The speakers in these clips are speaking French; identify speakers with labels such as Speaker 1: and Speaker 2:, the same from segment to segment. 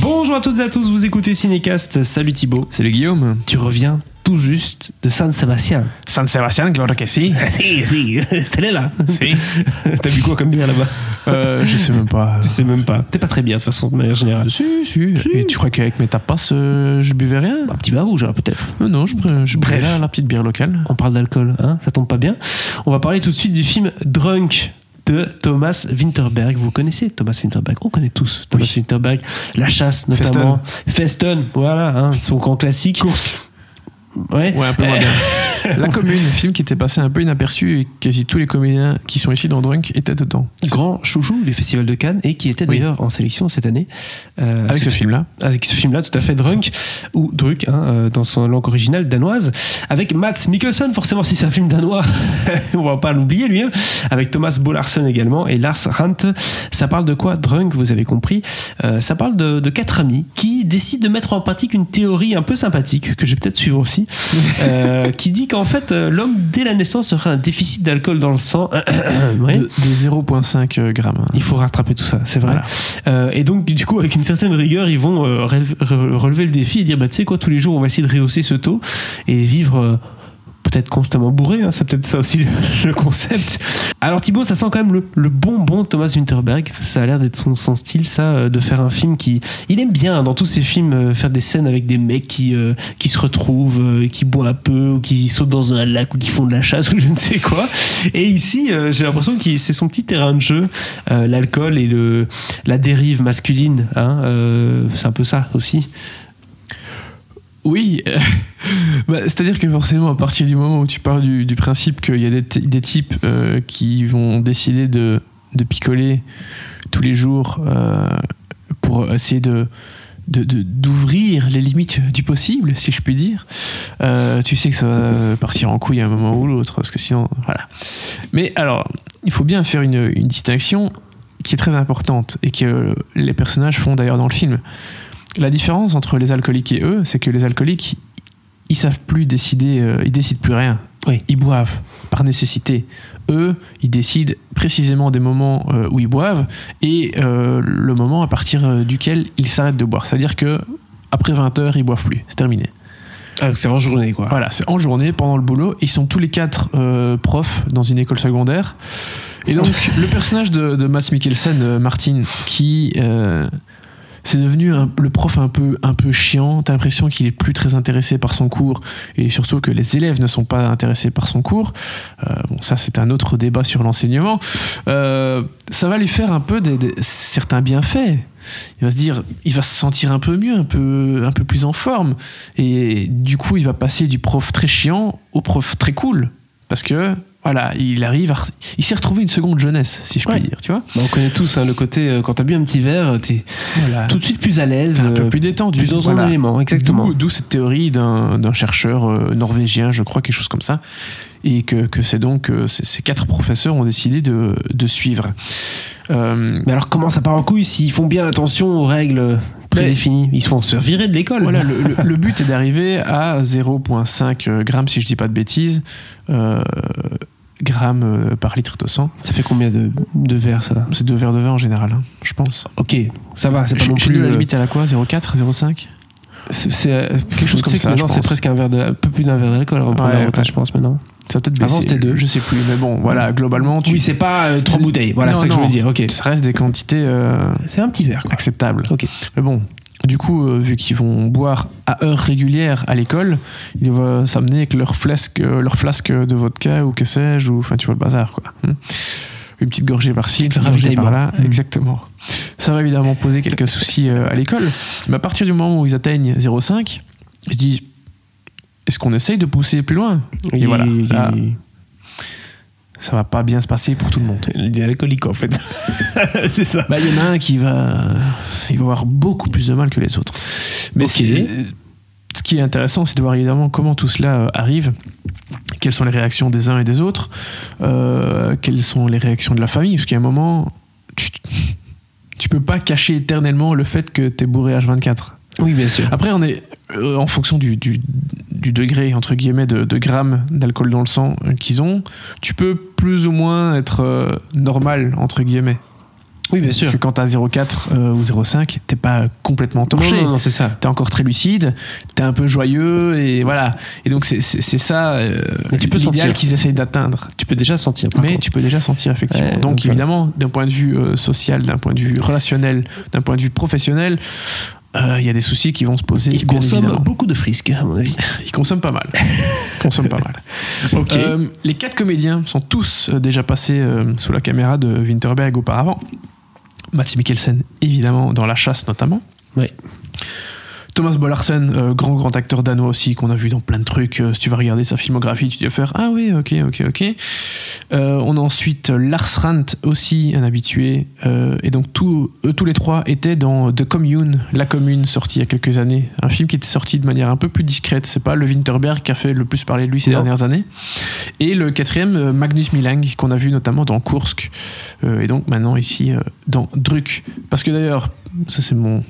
Speaker 1: Bonjour à toutes et à tous, vous écoutez Cinécast. Salut Thibaut.
Speaker 2: Salut Guillaume.
Speaker 1: Tu reviens tout juste de San Sébastien.
Speaker 2: San Sébastien, claro que Ah, si.
Speaker 1: si, si, c'était là.
Speaker 2: Si.
Speaker 1: T'as bu quoi comme bière là-bas
Speaker 2: Euh, je sais même pas.
Speaker 1: Tu sais même pas. T'es pas très bien de toute façon, de manière générale.
Speaker 2: Si, si. Et tu crois qu'avec mes tapas, euh, je buvais rien
Speaker 1: Un petit vin rouge, alors peut-être.
Speaker 2: Non, non, je, pre- je
Speaker 1: Bref.
Speaker 2: buvais la, la petite bière locale.
Speaker 1: On parle d'alcool, hein ça tombe pas bien. On va parler tout de suite du film Drunk de Thomas Winterberg. Vous connaissez Thomas Winterberg On connaît tous Thomas
Speaker 2: Oui.
Speaker 1: Winterberg. La chasse notamment. Feston, voilà, hein, son grand classique.
Speaker 2: Kursk.
Speaker 1: Ouais.
Speaker 2: Ouais, un peu moins bien. La Commune, film qui était passé un peu inaperçu et quasi tous les comédiens qui sont ici dans Drunk étaient dedans.
Speaker 1: Grand chouchou du Festival de Cannes et qui était
Speaker 2: Oui.
Speaker 1: d'ailleurs en sélection cette année. euh,
Speaker 2: Avec ce
Speaker 1: cette-
Speaker 2: film-là.
Speaker 1: avec ce film-là, tout à fait drunk, ou druk, hein, euh, dans son langue originale danoise, avec Matt Mikkelsen, forcément si c'est un film danois, on va pas l'oublier lui, hein, avec Thomas Bollarsen également, et Lars Rante. Ça parle de quoi Drunk, vous avez compris. Euh, ça parle de, de quatre amis qui décident de mettre en pratique une théorie un peu sympathique, que je vais peut-être suivre aussi, euh, qui dit qu'en fait, euh, l'homme, dès la naissance, aurait un déficit d'alcool dans le sang. Ouais.
Speaker 2: De, de 0,5 euh, grammes.
Speaker 1: Il faut rattraper tout ça, c'est vrai.
Speaker 2: Voilà.
Speaker 1: Euh, et donc, du coup, avec une certaine rigueur, ils vont euh, relever, re- relever le défi et dire bah, tu sais quoi, tous les jours, on va essayer de rehausser ce taux et vivre. euh, Peut-être constamment bourré, hein, c'est peut-être ça aussi le, le concept. Alors Thibaut, ça sent quand même le, le bon bon Thomas Winterberg. Ça a l'air d'être son, son style, ça, euh, de faire un film qui, il aime bien hein, dans tous ses films euh, faire des scènes avec des mecs qui euh, qui se retrouvent, euh, qui boivent un peu, ou qui sautent dans un lac, ou qui font de la chasse, ou je ne sais quoi. Et ici, euh, j'ai l'impression que c'est son petit terrain de jeu, euh, l'alcool et le la dérive masculine, hein, euh, c'est un peu ça aussi.
Speaker 2: Oui, euh, bah, c'est-à-dire que forcément, à partir du moment où tu pars du, du principe qu'il y a des, t- des types euh, qui vont décider de, de picoler tous les jours euh, pour essayer de de- de- d'ouvrir les limites du possible, si je puis dire, euh, tu sais que ça va partir en couille à un moment ou l'autre, parce que sinon, voilà. Mais alors, il faut bien faire une, une distinction qui est très importante et que euh, les personnages font d'ailleurs dans le film. La différence entre les alcooliques et eux, c'est que les alcooliques, ils savent plus décider, euh, ils décident plus rien.
Speaker 1: Oui.
Speaker 2: Ils boivent par nécessité. Eux, ils décident précisément des moments euh, où ils boivent et euh, le moment à partir euh, duquel ils s'arrêtent de boire. C'est-à-dire que après 20 heures, ils boivent plus. C'est terminé.
Speaker 1: Ah, c'est en journée quoi.
Speaker 2: Voilà, c'est en journée, pendant le boulot. Ils sont tous les quatre euh, profs dans une école secondaire. Et donc, le personnage de, de Matt Mikkelsen, euh, Martin, qui. euh, c'est devenu un- le prof un peu, un peu chiant. T'as l'impression qu'il est plus très intéressé par son cours et surtout que les élèves ne sont pas intéressés par son cours. Euh, bon, ça, c'est un autre débat sur l'enseignement. Euh, ça va lui faire un peu des, des- certains bienfaits. Il va se dire, il va se sentir un peu mieux, un peu, un peu plus en forme. Et du coup, il va passer du prof très chiant au prof très cool. Parce que, voilà, il arrive à. Il s'est retrouvé une seconde jeunesse, si je
Speaker 1: Ouais.
Speaker 2: puis dire, tu vois.
Speaker 1: Bah, on connaît tous hein, le côté euh, quand t'as bu un petit verre, t'es
Speaker 2: Voilà.
Speaker 1: tout de suite plus à l'aise,
Speaker 2: un peu
Speaker 1: euh,
Speaker 2: plus détendu.
Speaker 1: plus dans son
Speaker 2: voilà.
Speaker 1: élément, exactement.
Speaker 2: D'où, d'où cette théorie d'un, d'un chercheur euh, norvégien, je crois, quelque chose comme ça. Et que, que c'est donc euh, ces, ces quatre professeurs ont décidé de, de suivre. Euh,
Speaker 1: Mais alors comment ça part en couille s'ils font bien attention aux règles prédéfinies Ils se font se virer de l'école.
Speaker 2: voilà, le, le- le but est d'arriver à 0,5 euh, grammes, si je dis pas de bêtises, euh, grammes euh, par litre de sang.
Speaker 1: Ça fait combien de, de verres ça
Speaker 2: C'est deux verres de vin en général, hein, je pense.
Speaker 1: Ok, ça va, c'est pas
Speaker 2: Chez-
Speaker 1: non
Speaker 2: chez
Speaker 1: plus.
Speaker 2: nous, la
Speaker 1: euh,
Speaker 2: limite, elle a quoi 0,4 0,5
Speaker 1: c'est- C'est euh, quelque chose
Speaker 2: Tu
Speaker 1: comme
Speaker 2: sais que
Speaker 1: ça.
Speaker 2: maintenant,
Speaker 1: Maintenant,
Speaker 2: je
Speaker 1: c'est
Speaker 2: pense.
Speaker 1: presque un verre de, un peu plus d'un verre d'alcool avant de prendre
Speaker 2: Ouais,
Speaker 1: la retraite,
Speaker 2: ouais.
Speaker 1: je pense maintenant.
Speaker 2: Ça a peut-être
Speaker 1: Avant,
Speaker 2: baissé,
Speaker 1: c'était deux.
Speaker 2: Je sais plus, mais bon, voilà, globalement, tu,
Speaker 1: Oui, c'est pas euh, trois
Speaker 2: C'est-
Speaker 1: bouteilles. Voilà,
Speaker 2: Non,
Speaker 1: c'est ça que je
Speaker 2: non.
Speaker 1: voulais dire. Ok,
Speaker 2: ça reste des quantités. euh,
Speaker 1: c'est un petit verre. Quoi.
Speaker 2: acceptable.
Speaker 1: Ok.
Speaker 2: Mais bon, du coup, euh, vu qu'ils vont boire à heure régulière à l'école, ils doivent s'amener avec leur flasque, euh, leur flasque de vodka ou que sais-je, ou enfin tu vois le bazar quoi. Hmm. Une petite gorgée par-ci, une petite
Speaker 1: Ravitaillement.
Speaker 2: gorgée par-là,
Speaker 1: Mm.
Speaker 2: exactement. Ça va évidemment poser quelques soucis euh, à l'école, mais à partir du moment où ils atteignent 0,5, ils se disent est-ce qu'on essaye de pousser plus loin Et voilà, Ah. là, ça va pas bien se passer pour tout le monde.
Speaker 1: Il est alcoolique en fait. c'est ça.
Speaker 2: Bah, il y en a un qui va, il va avoir beaucoup plus de mal que les autres. Mais
Speaker 1: Ok.
Speaker 2: c'est- ce qui est intéressant, c'est de voir évidemment comment tout cela euh, arrive, quelles sont les réactions des uns et des autres, euh, quelles sont les réactions de la famille, parce qu'à un moment, tu, tu peux pas cacher éternellement le fait que t'es bourré H24.
Speaker 1: Oui, bien sûr.
Speaker 2: Après, on est euh, en fonction du, du- du degré entre guillemets de, de grammes d'alcool dans le sang euh, qu'ils ont, tu peux plus ou moins être euh, normal entre guillemets.
Speaker 1: Oui, bien sûr.
Speaker 2: Que quand t'as 0,4 euh, ou 0,5, t'es pas complètement torché.
Speaker 1: Non, non, non, c'est ça.
Speaker 2: T'es encore très lucide, t'es un peu joyeux et voilà. Et donc c'est c'est- c'est ça euh,
Speaker 1: Mais tu peux
Speaker 2: l'idéal
Speaker 1: sentir.
Speaker 2: qu'ils essayent d'atteindre.
Speaker 1: Tu peux déjà sentir. par
Speaker 2: Mais
Speaker 1: contre.
Speaker 2: tu peux déjà sentir effectivement.
Speaker 1: Ouais,
Speaker 2: donc
Speaker 1: donc,
Speaker 2: évidemment, d'un point de vue euh, social, d'un point de vue relationnel, d'un point de vue professionnel, euh, il y a des soucis qui vont se poser.
Speaker 1: il
Speaker 2: bien
Speaker 1: consomme
Speaker 2: évidemment.
Speaker 1: beaucoup de frisques, à mon avis.
Speaker 2: Ils consomment pas mal. Ils consomment pas mal.
Speaker 1: Ok.
Speaker 2: Euh, les quatre comédiens sont tous euh, déjà passés euh, sous la caméra de Winterberg auparavant. Matt Mikkelsen, évidemment, dans La Chasse notamment.
Speaker 1: Oui.
Speaker 2: Thomas Bollarsen, euh, grand grand acteur danois aussi, qu'on a vu dans plein de trucs. Euh, si tu vas regarder sa filmographie, tu dois faire Ah oui, ok, ok, ok. Euh, on a ensuite Lars Randt, aussi un habitué. Euh, et donc tous- eux tous les trois étaient dans The Commune, La Commune, sortie il y a quelques années. Un film qui était sorti de manière un peu plus discrète. C'est pas le Winterberg qui a fait le plus parler de lui ces
Speaker 1: Non.
Speaker 2: dernières années. Et le quatrième, euh, Magnus Milang, qu'on a vu notamment dans Kursk. Euh, et donc maintenant ici euh, dans Druk. Parce que d'ailleurs, ça c'est mon.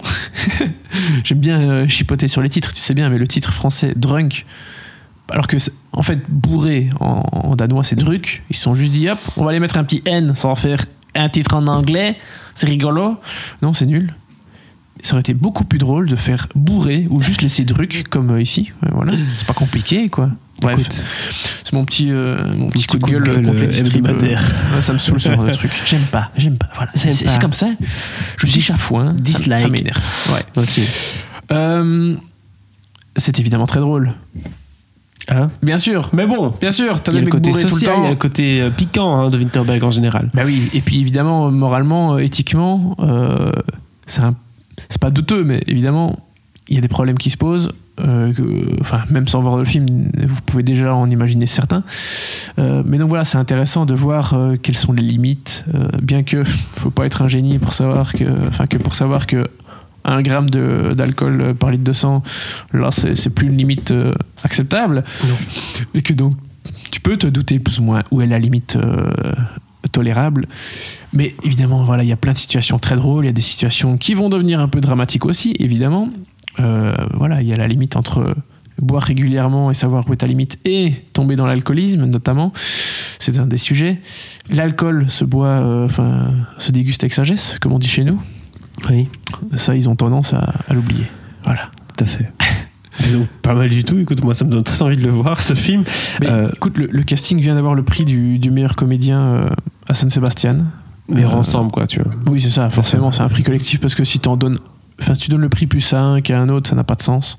Speaker 2: J'aime bien euh, chipoter sur les titres, tu sais bien, mais le titre français Drunk. Alors que, c'est- en fait, bourré en, en danois, c'est Druk. Ils se sont juste dit, hop, on va aller mettre un petit N sans en faire un titre en anglais. C'est rigolo. Non, c'est nul. Ça aurait été beaucoup plus drôle de faire bourré ou juste laisser Druk comme euh, ici. Ouais, Voilà, c'est pas compliqué, quoi. Bref,
Speaker 1: Écoute,
Speaker 2: c'est mon petit, euh, mon petit, coup, de gueule, contre les
Speaker 1: euh,
Speaker 2: distributeurs.
Speaker 1: hebdomadaire.
Speaker 2: Ouais, Ah, ça me saoule ce genre de truc. J'aime pas, j'aime pas. Voilà.
Speaker 1: J'aime
Speaker 2: C'est
Speaker 1: pas.
Speaker 2: c'est comme ça. Je suis
Speaker 1: Dis-
Speaker 2: chaque fois. hein. Ça-
Speaker 1: dislike.
Speaker 2: Ça m'énerve. Ouais.
Speaker 1: Ok.
Speaker 2: Euh, c'est évidemment très drôle.
Speaker 1: Hein
Speaker 2: Bien sûr.
Speaker 1: Mais bon,
Speaker 2: Bien sûr. T'as
Speaker 1: il y
Speaker 2: des
Speaker 1: a le
Speaker 2: mecs
Speaker 1: côté
Speaker 2: bourrés tout le
Speaker 1: social, il y a
Speaker 2: temps.
Speaker 1: le côté euh, piquant hein, de Winterberg en général.
Speaker 2: Bah oui. Et puis évidemment, euh, moralement, euh, éthiquement, euh, c'est un- c'est pas douteux, mais évidemment, il y a des problèmes qui se posent. euh, que- enfin, même sans voir le film, vous pouvez déjà en imaginer certains. Euh, mais donc voilà, c'est intéressant de voir euh, quelles sont les limites. euh, bien que faut pas être un génie pour savoir que, enfin, que pour savoir que un gramme de- d'alcool par litre de sang, là, c'est c'est plus une limite euh, acceptable.
Speaker 1: Non.
Speaker 2: Et que donc, tu peux te douter plus ou moins où est la limite euh, tolérable. Mais évidemment, voilà, il y a plein de situations très drôles, il y a des situations qui vont devenir un peu dramatiques aussi, évidemment. Euh, voilà, il y a la limite entre boire régulièrement et savoir où est ta limite et tomber dans l'alcoolisme, notamment. C'est un des sujets. L'alcool se boit, euh, enfin, se déguste avec sagesse, comme on dit chez nous.
Speaker 1: Oui,
Speaker 2: Ça, ils ont tendance à, à l'oublier. Voilà.
Speaker 1: tout à fait. Mais donc, pas mal du tout. Écoute, moi, ça me donne très envie de le voir, ce film.
Speaker 2: Mais
Speaker 1: Euh,
Speaker 2: écoute, le, le casting vient d'avoir le prix du, du meilleur comédien euh, à San Sebastian.
Speaker 1: mais
Speaker 2: Euh,
Speaker 1: ensemble, quoi, tu vois.
Speaker 2: Oui, c'est ça,
Speaker 1: ça.
Speaker 2: forcément, c'est un prix collectif parce que si t'en donnes. Enfin, si tu donnes le prix plus à un qu'à un autre, ça n'a pas de sens.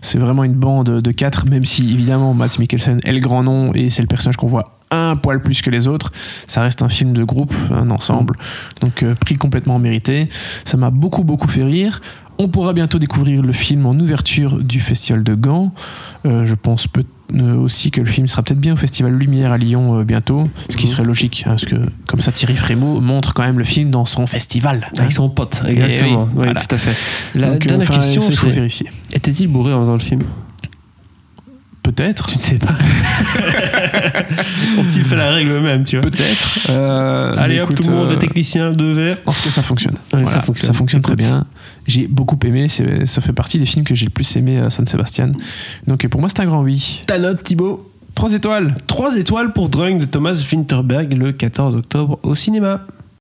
Speaker 2: C'est vraiment une bande de quatre, même si évidemment Matt Mikkelsen est le grand nom et c'est le personnage qu'on voit un poil plus que les autres. Ça reste un film de groupe, un ensemble. Donc, euh, prix complètement mérité. Ça m'a beaucoup, beaucoup fait rire. On pourra bientôt découvrir le film en ouverture du Festival de Gand. Euh, je pense peut euh, aussi que le film sera peut-être bien au Festival Lumière à Lyon euh, bientôt, ce qui
Speaker 1: Mhm.
Speaker 2: serait logique, hein, parce que comme ça Thierry Frémaux montre quand même le film dans son festival. hein.
Speaker 1: Avec son pote,
Speaker 2: Eh
Speaker 1: exactement.
Speaker 2: oui,
Speaker 1: oui,
Speaker 2: voilà.
Speaker 1: tout à fait. Ah, La
Speaker 2: Donc, euh,
Speaker 1: dernière
Speaker 2: enfin,
Speaker 1: question,
Speaker 2: ça, il faut
Speaker 1: c'est
Speaker 2: vérifier.
Speaker 1: était-il bourré en faisant le film
Speaker 2: Peut-être.
Speaker 1: Tu ne sais pas. Ont-ils fait la règle même, tu vois
Speaker 2: Peut-être. Euh,
Speaker 1: Allez
Speaker 2: mais
Speaker 1: hop,
Speaker 2: écoute,
Speaker 1: tout le monde,
Speaker 2: euh,
Speaker 1: le technicien, deux verres.
Speaker 2: En tout cas, ça fonctionne.
Speaker 1: Ouais,
Speaker 2: Voilà,
Speaker 1: ça fonctionne.
Speaker 2: très
Speaker 1: Écoute.
Speaker 2: bien. J'ai beaucoup aimé. c'est- Ça fait partie des films que j'ai le plus aimé à San Sebastian. Donc pour moi, c'est un grand oui.
Speaker 1: Ta note, Thibaut
Speaker 2: Trois étoiles.
Speaker 1: 3 étoiles pour Drunk de Thomas Winterberg le 14 octobre au cinéma.